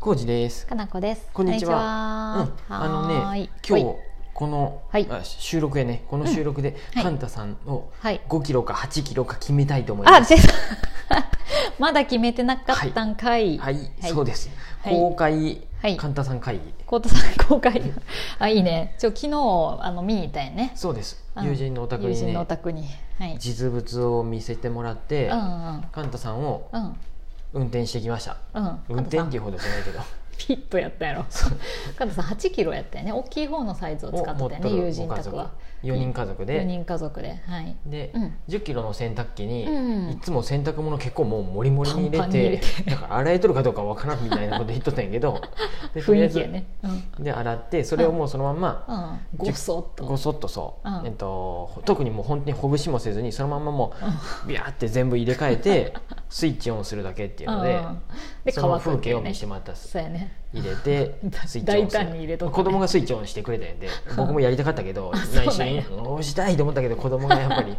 コウジです。かなこです。こんにちこんはに。ちうん、はあのはーねい、今は日いこの、はいあ収録やね、この収録で、はいカンタさんをはい5キロか8キロか決めたいと思いまあ、す。先生 まだ決めてなかったんかい。はい、はいそうです。はい公開、はいカンタさん会議。コートさん公開。あ、いいね。ちょ昨日あの見に行ったよね。そうです。うん友人のお宅友に人のおね、宅に。はい。実物を見せてもらって、うんカンタさんをうんうん運転してきました。うん。運転っていうう。ほどじゃないけど、ピッとやった やろ。カトさん8キロやったよね。大きい方のサイズを使ってたよね。友人宅は。 4人家族4で。人家族で。はい。で、うん10キロの洗濯機に、うんいつも洗濯物結構もうモリモリに入れてパンパンに入れてなんか洗えとるかどうかわからんみたいなこと言っとったんやけ どでとりあえ雰囲気ずやね。うん。うん。で洗ってそれをもうそのまんまごそっと。ごそっとそう、うんえっと、特にもう本当にほぐしもせずにそのまんまもううんビャーって全部入れ替え てスイッチオンするだけっていうのでうんうんでその乾く風って景いうをね見せてもらったっすそうやね。入れ てスイッチオン大する胆に入れとったね子供がスイッチオンしてくれたんや で僕もやりたかったけど内そうなん心や押したいと思ったけど子供がやっぱり。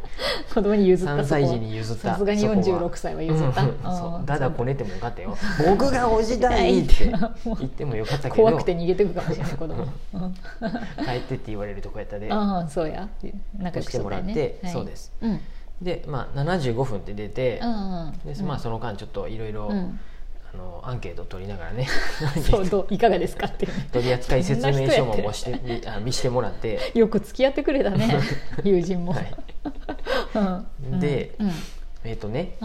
子供に譲った3そこは歳児に譲ったさすがにそこは46歳は譲った、ううんんそうだだこねてもよかったよ僕がおじたいっ痛てい言ってもよかったけど怖くて逃げてくかもしれない子供 うん帰ってって言われるとこやったでうんそうや仲良くしとったよね押してもらってそうですうんうんで、まあ、75分って出て、うんでまあ、その間ちょっといろいろうんアンケート取りながらね そうどういかがですかっていうね取扱説明書もそんな人やってもしてみ あ見してもらって、よく付き合ってくれたね友人も、はい、うんでうんえっ、とね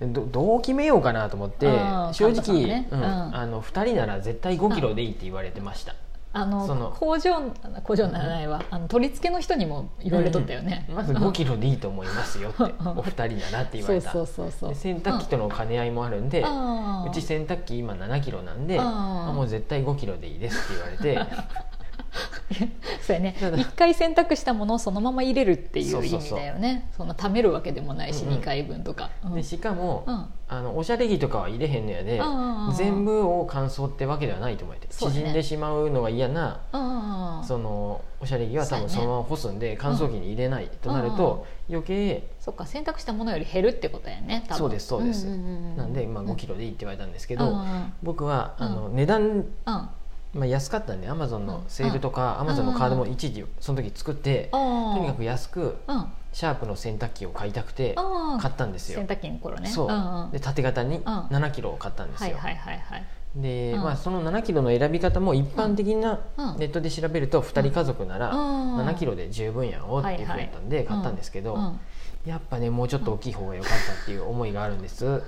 うんどどう決めようかなと思ってあー正神田さん直、がねうんうんあの2人なら絶対5キロでいいって言われてましたあそのの工場工場ならないわあの取り付けの人にも言われとったよね、うんまず5キロでいいと思いますよって お二人だなって言わそうれたそうそうそうで洗濯機との兼ね合いもあるんで、ううんち洗濯機今7キロなんで、うんあもう絶対5キロでいいですって言われて そうやねただ一回洗濯したものをそのまま入れるっていそうう意そうそう味だよねそんな貯めるわけでもないし、うんうん二回分とか、うんでしかも、うんあのおしゃれ着とかは入れへんのやで、うん全部を乾燥ってわけではないと思って、そうだね縮んでしまうのが嫌なああそのおしゃれ着は多分そそうやねのまま干すんで乾燥機に入れないとなると、余計そっか洗濯したものより減るってことやね多分そうですそうです、んうんうんなんで、まあ、5キロでいいって言われたんですけど、うんうん僕はあの、う値段うんあまあ、安かったんでアマゾンのセールとかアうんマゾンのカードも一時その時作ってとあにかく安くうんあシャープの洗濯機を買いたくてあ買ったんです洗よ濯機の頃ねそんうんで縦型に7キロを買ったんですはいよはいはいはいでうんまあその7キロの選び方も一般的なうんネットで調べると2人家族ならうん7キロで十分やんをっていうふうやったんで買ったんですけうどん やっぱねもうちょっと大きい方が良かったっていう思いがあるんです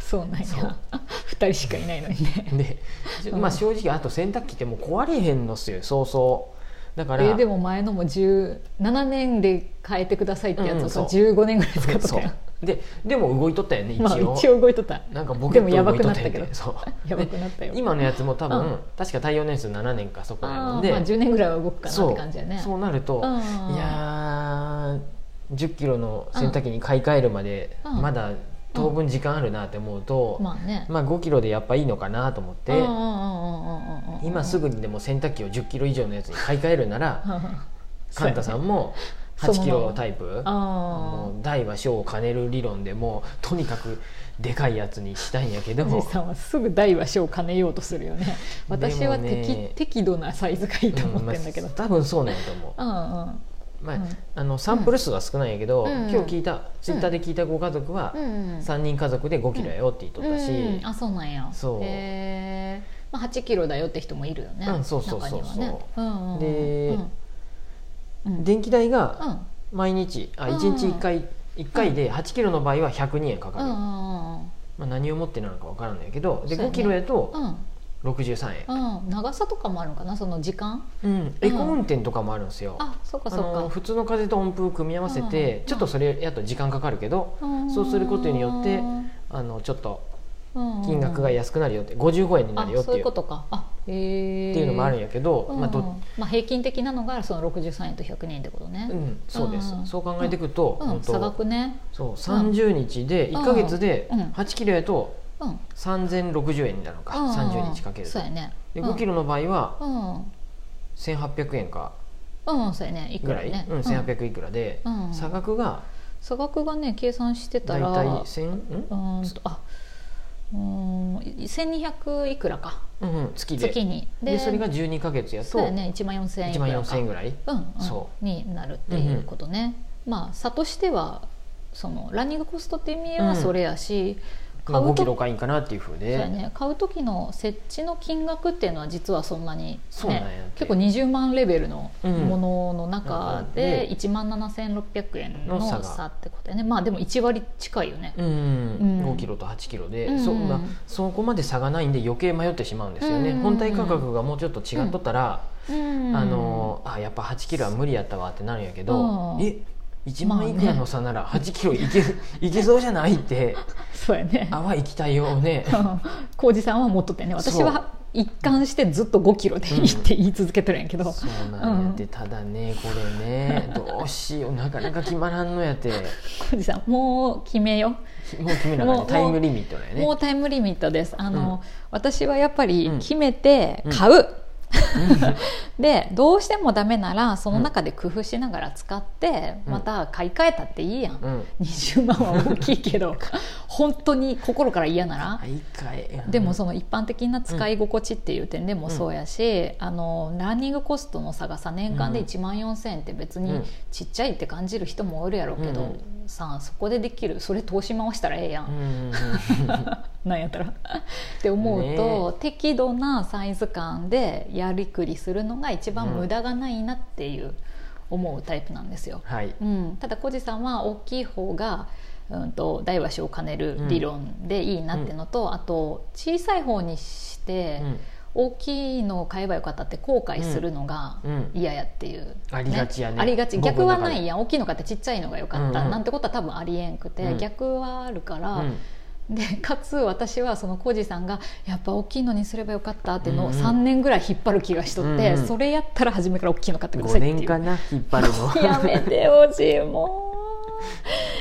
そうなんそやう二人しかいないのにねでうんまあ正直あと洗濯機ってもう壊れへんのっすよそう そうだえからーでも前のも17年で変えてくださいってやうんうつんをそうさ15年ぐらい使っとっそたようででも動いとったよね一応,、まあ一応動いとったなんかボケットでもやば動いくとなっったたよけねどそう やばくなったよで今のやつも多分、うん確か耐用年数7年かそこやもあんーで、まあ10年ぐらいは動くかなっそてう感じやねそうなると、うんいやー10キロの洗濯機に買い替えるまで、うんまだ当分時間あるなって思うと、ままあねあ、5キロでやっぱいいのかなと思って、うんうんうんうんうんうん今すぐにでも洗濯機を10キロ以上のやつに買い替えるなら、うんうんカンタさんもそうや8ねキロタイプあもう大は小を兼ねる理論でもうとにかくでかいやつにしたいんやけど あじいさんはすぐ大は小を兼ねようとするよね私はでもね適適度なサイズがいいと思ってんだけどうまあ多分そうなんやと思うう、んうんまあうんあのサンプル数は少ないんやけど、うん今日聞いたツイッターで聞いたご家族はうんうん3人家族で5キロやよって言っとったし、うんあそうなんやそうへえまあ8キロだよって人もいるよねうんそうそうそうそう中にはねうんうんうんでうんうん電気代うがん毎日あうん1日1回1回で8キロの場合は102円かかうる、んうまんうんあ、何をもってなのか分からんのやけどでそうや5ねキロやとうん63円、うん、長さとかもあるのかなその時間うん、エコ運転とかもあるんですよ、あそっかあそっのか普通の風と音符組み合わせて、うんちょっとそれやと時間かかるけど、んそうすることによってあのちょっと金額がや安くなるよって55円になるよあってそういいううことかあへえっていうのもあるんやけど、うんまあどまあ、平均的なのがその63円と100円ってことねう、ん、そうです、うんそう考えていくと,、うん差額ね、そう30日で1か月でうん8キロやとうんうん、 3060円になるのか、30日かけるそとうやねで5キロロの場合はう1800円かん、うん、そうやねいくぐららい、ねうん、うん1800いくらで、うん差額が差額がね計算してた大ら体1000、んうーんとあうん1200いくらかうんうん、月で月にでそれが12か月やとそうやね1万4000円1いく万らか4000円ぐらいうんうんそになるっていうことね、まあ差としてはそのランニングコストっていう意味でうはんそれやし、まあ買う5とキロかいいんかなっていうふうそうやでね、買う時の設置の金額っていうのは実はそんなに、ね、そうなんやって結構20万レベルのうんものの中うんうんでうん1万7600円のの差が差ってことやねまあでも1割近いよね。ううんん5キロと8キロで、うんそまあ、そこまで差がないんで余計迷ってしまうんですよね、うん本体価格がもうちょっと違っとったら、ああのあやっぱ8キロは無理やったわってなるんやけど、うんえ1万いくらの差なら8キロいけ,、 いけそうじゃないってそうやねあわ行きたいよ ね浩二さんは持っとってね私そうは一貫してずっと5キロでいいって言い続けてるんやけど、そうなんやって、うただねこれねどうしようなかなか決まらんのや って浩二さんもう決めよもう決めなあかんもねうタイムリミットだよねもうタイムリミットですあの、うん私はやっぱりうん決めて買う、でどうしてもダメならその中で工夫しながら使って、うんまた買い替えたっていいやん、うん20万は大きいけ ど本当に心から嫌なら毎回でもその一般的な使い心地っていう点でもそうやし、あのランニングコストの差がさ年間でうん1万4000円って別うにんちっちゃいって感じる人もおるやろうけど、うんさあそこでできるそれ投資回したらええやんう、んなんやったら って思うと、適度なサイズ感でやりくりするのが一番無駄がないなっていう思うタイプなんですよ、はいうん、ただ小路さんは大きい方が、うん、と大和しを兼ねる理論でいいなってのと、あと小さい方にして、大きいのを買えばよかったって後悔するのがうんうん嫌やっていう、ありがちやねありがち僕逆のは中でないやん大きいの買ってちっちゃいのがよかった、うんうんなんてことは多分ありえんくて、うん逆はあるから、うんで かつ私はそのコージさんがやっぱ大きいのにすればよかったっていうのうをんうん3年ぐらい引っ張る気がしとって、うんうんそれやったら初めから大きいの買ってくださ5いって年いうかな引っ張る やめてほしいも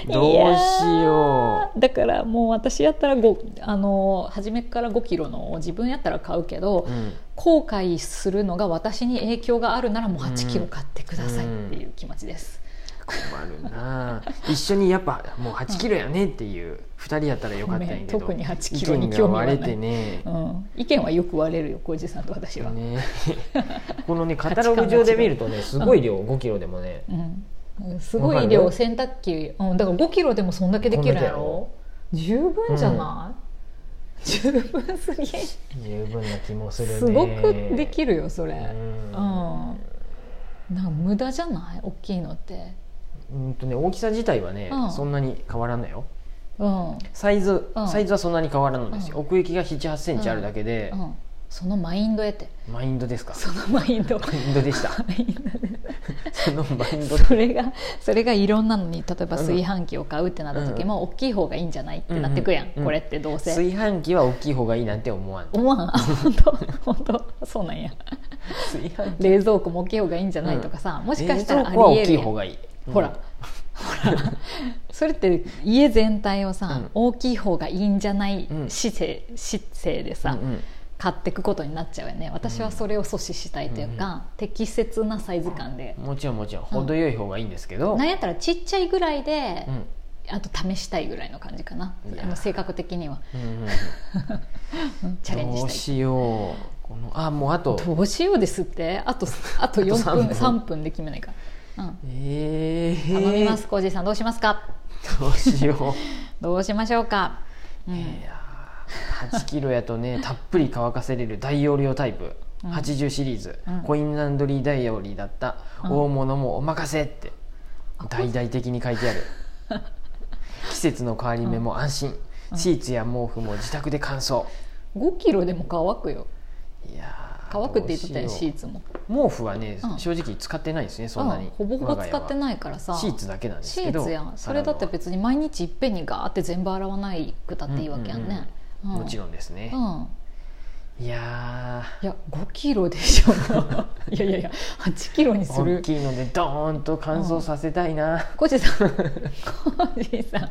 うのどうしようだからもう私やったらごあの初めから5キロのを自分やったら買うけど、ううん後悔するのが私に影響があるならもう8キロ買ってくださいっていう気持ちです、困るな一緒にやっぱもう8キロやねっていう2人やったらよかったんやけどごめん特に8キロに意見興が割味はないれてねうん意見はよく割れるよ浩二さんと私は、 ねこのねカタログ上で見るとねすごい量5キロでもねうん、すごい量わか洗濯機、うん、だから5キロでもそんだけできるやろ十分じゃない、十分すぎ十分な気もするねすごくできるよそれううんんなんか無駄じゃない大きいのってうんとね大きさ自体はね、うんそんなに変わらないようん、うん、サイズ、うんサイズはそんなに変わらないんですよ、うん奥行きが7 8センチあるだけで、そのマインドやってマインドですかそのマインドマインドでした マインドでそのマインドそれがそれがいろんなのに例えば炊飯器を買うってなった時も、大きい方がいいんじゃないってなってくやん、うんうんうんこれってどうせ炊飯器は大きい方がいいなんて思わん思わんあ本当本当そうなんや炊飯器冷蔵庫も大きい方がいいんじゃないとかさ、もしかした冷ら蔵あ庫はりえ大るきいやん方がいい、うんほら、ほら それって家全体をさ、うん大きい方がいいんじゃないうん姿勢,、姿勢でさ、うんうん買っていくことになっちゃうよね私はそれを阻止したいというか、適切なサイズ感で、もちろんもちろん程よい方がいいんですけど、なんやったらちっちゃいぐらいで、うんあと試したいぐらいの感じかないやーあの性格的には、うんうんうんチャレンジどうししようこのあもうあとたいどうしようですってあとあと4分あと3三分分で決めないから、うんええ頼みます浩司さんどうしますかどうしよどうしましょうか、うう、んいやー8キロやとねたっぷり乾かせれ る大容量タイプ、うん80シリーズ、うんコインランドリーダイオリーだった、うん大物もお任せってあ大々的に書いてあ る季節の変わり目も安心、うんシーツや毛布も自宅で乾燥5キロでも乾くよいやー乾くって言ってたよどうしシよーツもう毛布はね、うん正直使ってないですねそんなに、うんほぼほぼ使っていないからさシーツだけなんですシけどーツやんそれだって別に毎日いっぺんにガーって全部洗わないくたっていいわけやんね、うもちろんんですね、うんいやいや5キロでしょ いやいやいや8キローにする大きいのでドーンと乾燥させたいな、コジさんコジさん、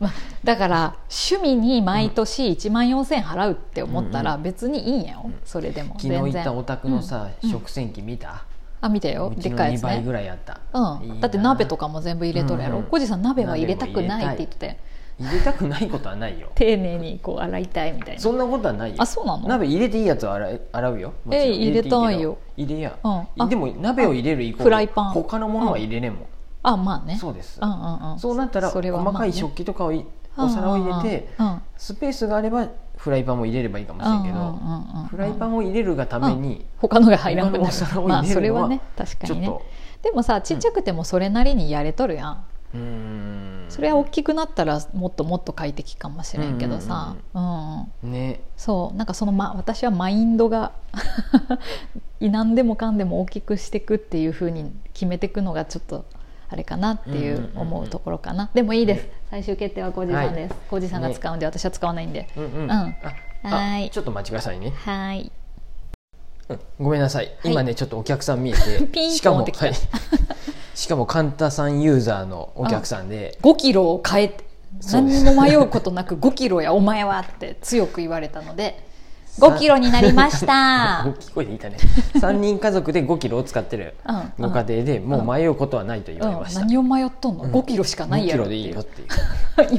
まあ、だから趣味に毎年1万4000円払うって思ったら別にいいんやよ、それでも昨日行ったお宅のうんさ、食洗機見た、あ見たようちでっのかいや2つ倍ねぐらいあった、うん、だって鍋とかも全部入れとるやろ、うんうんコジさん鍋は入れたくないって言ってて入れたくないことはないよ丁寧にこう洗いたいみたいなそんなことはないよあそうなの鍋入れていいやつは洗い洗うよもちろんえ入れてけどたいよ入れや、うんあでも鍋を入れる以降フライパン他のものは入れねえもん、あまあねそうです、うんうんうんそうなったらそれ細かはいまあね食器とかをいお皿を入れてうんうんうんスペースがあればフライパンも入れればいいかもしれんけど、うんうんうんうんフライパンを入れるがために他のが入らなくな他のお皿るをま入あれそるれのははね確かちょにっねと、でもさちっちゃくてもそれなりにやれとるやん、うーんそれは大きくなったらもっともっと快適かもしれんけどさ、うんねそうなんかその、ま、私はマインドが 何でもかんでも大きくしていくっていうふうに決めていくのがちょっとあれかなっていうんうんうんううん思うところかな、でもいいです、ね最終決定はコージーさんです、コージーさんが使うんで私は使わないんで、うんうん、んああはいちょっと待ちくださいね、はーいうんごめんなさい今ねちょっとお客さん見えて ピンしかポンも、って来たはい、 しかもカンタさんユーザーのお客さんで5キロを変えてそうで何すにも迷うことなく5キロやお前はって強く言われたので5キロになりました 大きい声で言ったね 三人家族で5キロを使ってるうごん家庭でもう迷うことはないと言われうんました、何を迷っとんのうん5キロしかない5やキろっロてでいいいうよっていう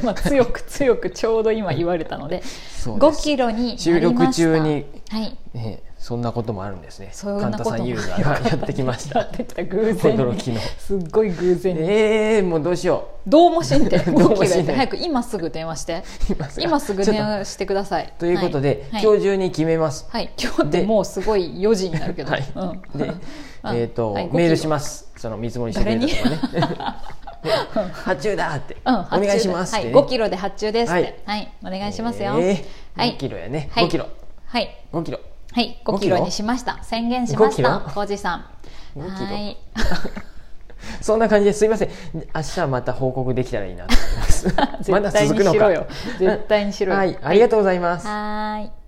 今強く強くちょうど今言われたのでそうで5すキロになりました収録中にはいね、そんなこともあるんですね。そんカンなタことさもんユーザーがやってきましや たっ。てきた偶然に驚きの。すっごい偶然にええー、もうどうしよどうもしん てど5うもしんてキロやって早く今すぐ電話してう。今すぐ今すぐちょっ電話してくださいとということで、はい今日中に決めます。はい、今日ってもうすごい4時になるけど、はい。うでん、 うんえっ、と、はいメールします。その見積もりしてくれた人が ね。ね発注だって、うんお願いしますって、ね。はい、5キロで発注ですっはてい、はい、お願いしますよ。えはー、5いキロやね。はい5キロ。はい、 5キロ。はい、 5 5キキロロにしました。宣言しまし5キたロ。コージさん。 5キロはい、そんな感じですいません。明日また報告できたらいいなと思います。まだ 絶対続にくのしかろ。よ。絶対にしろよ。はい、ありがとうございます。はーい。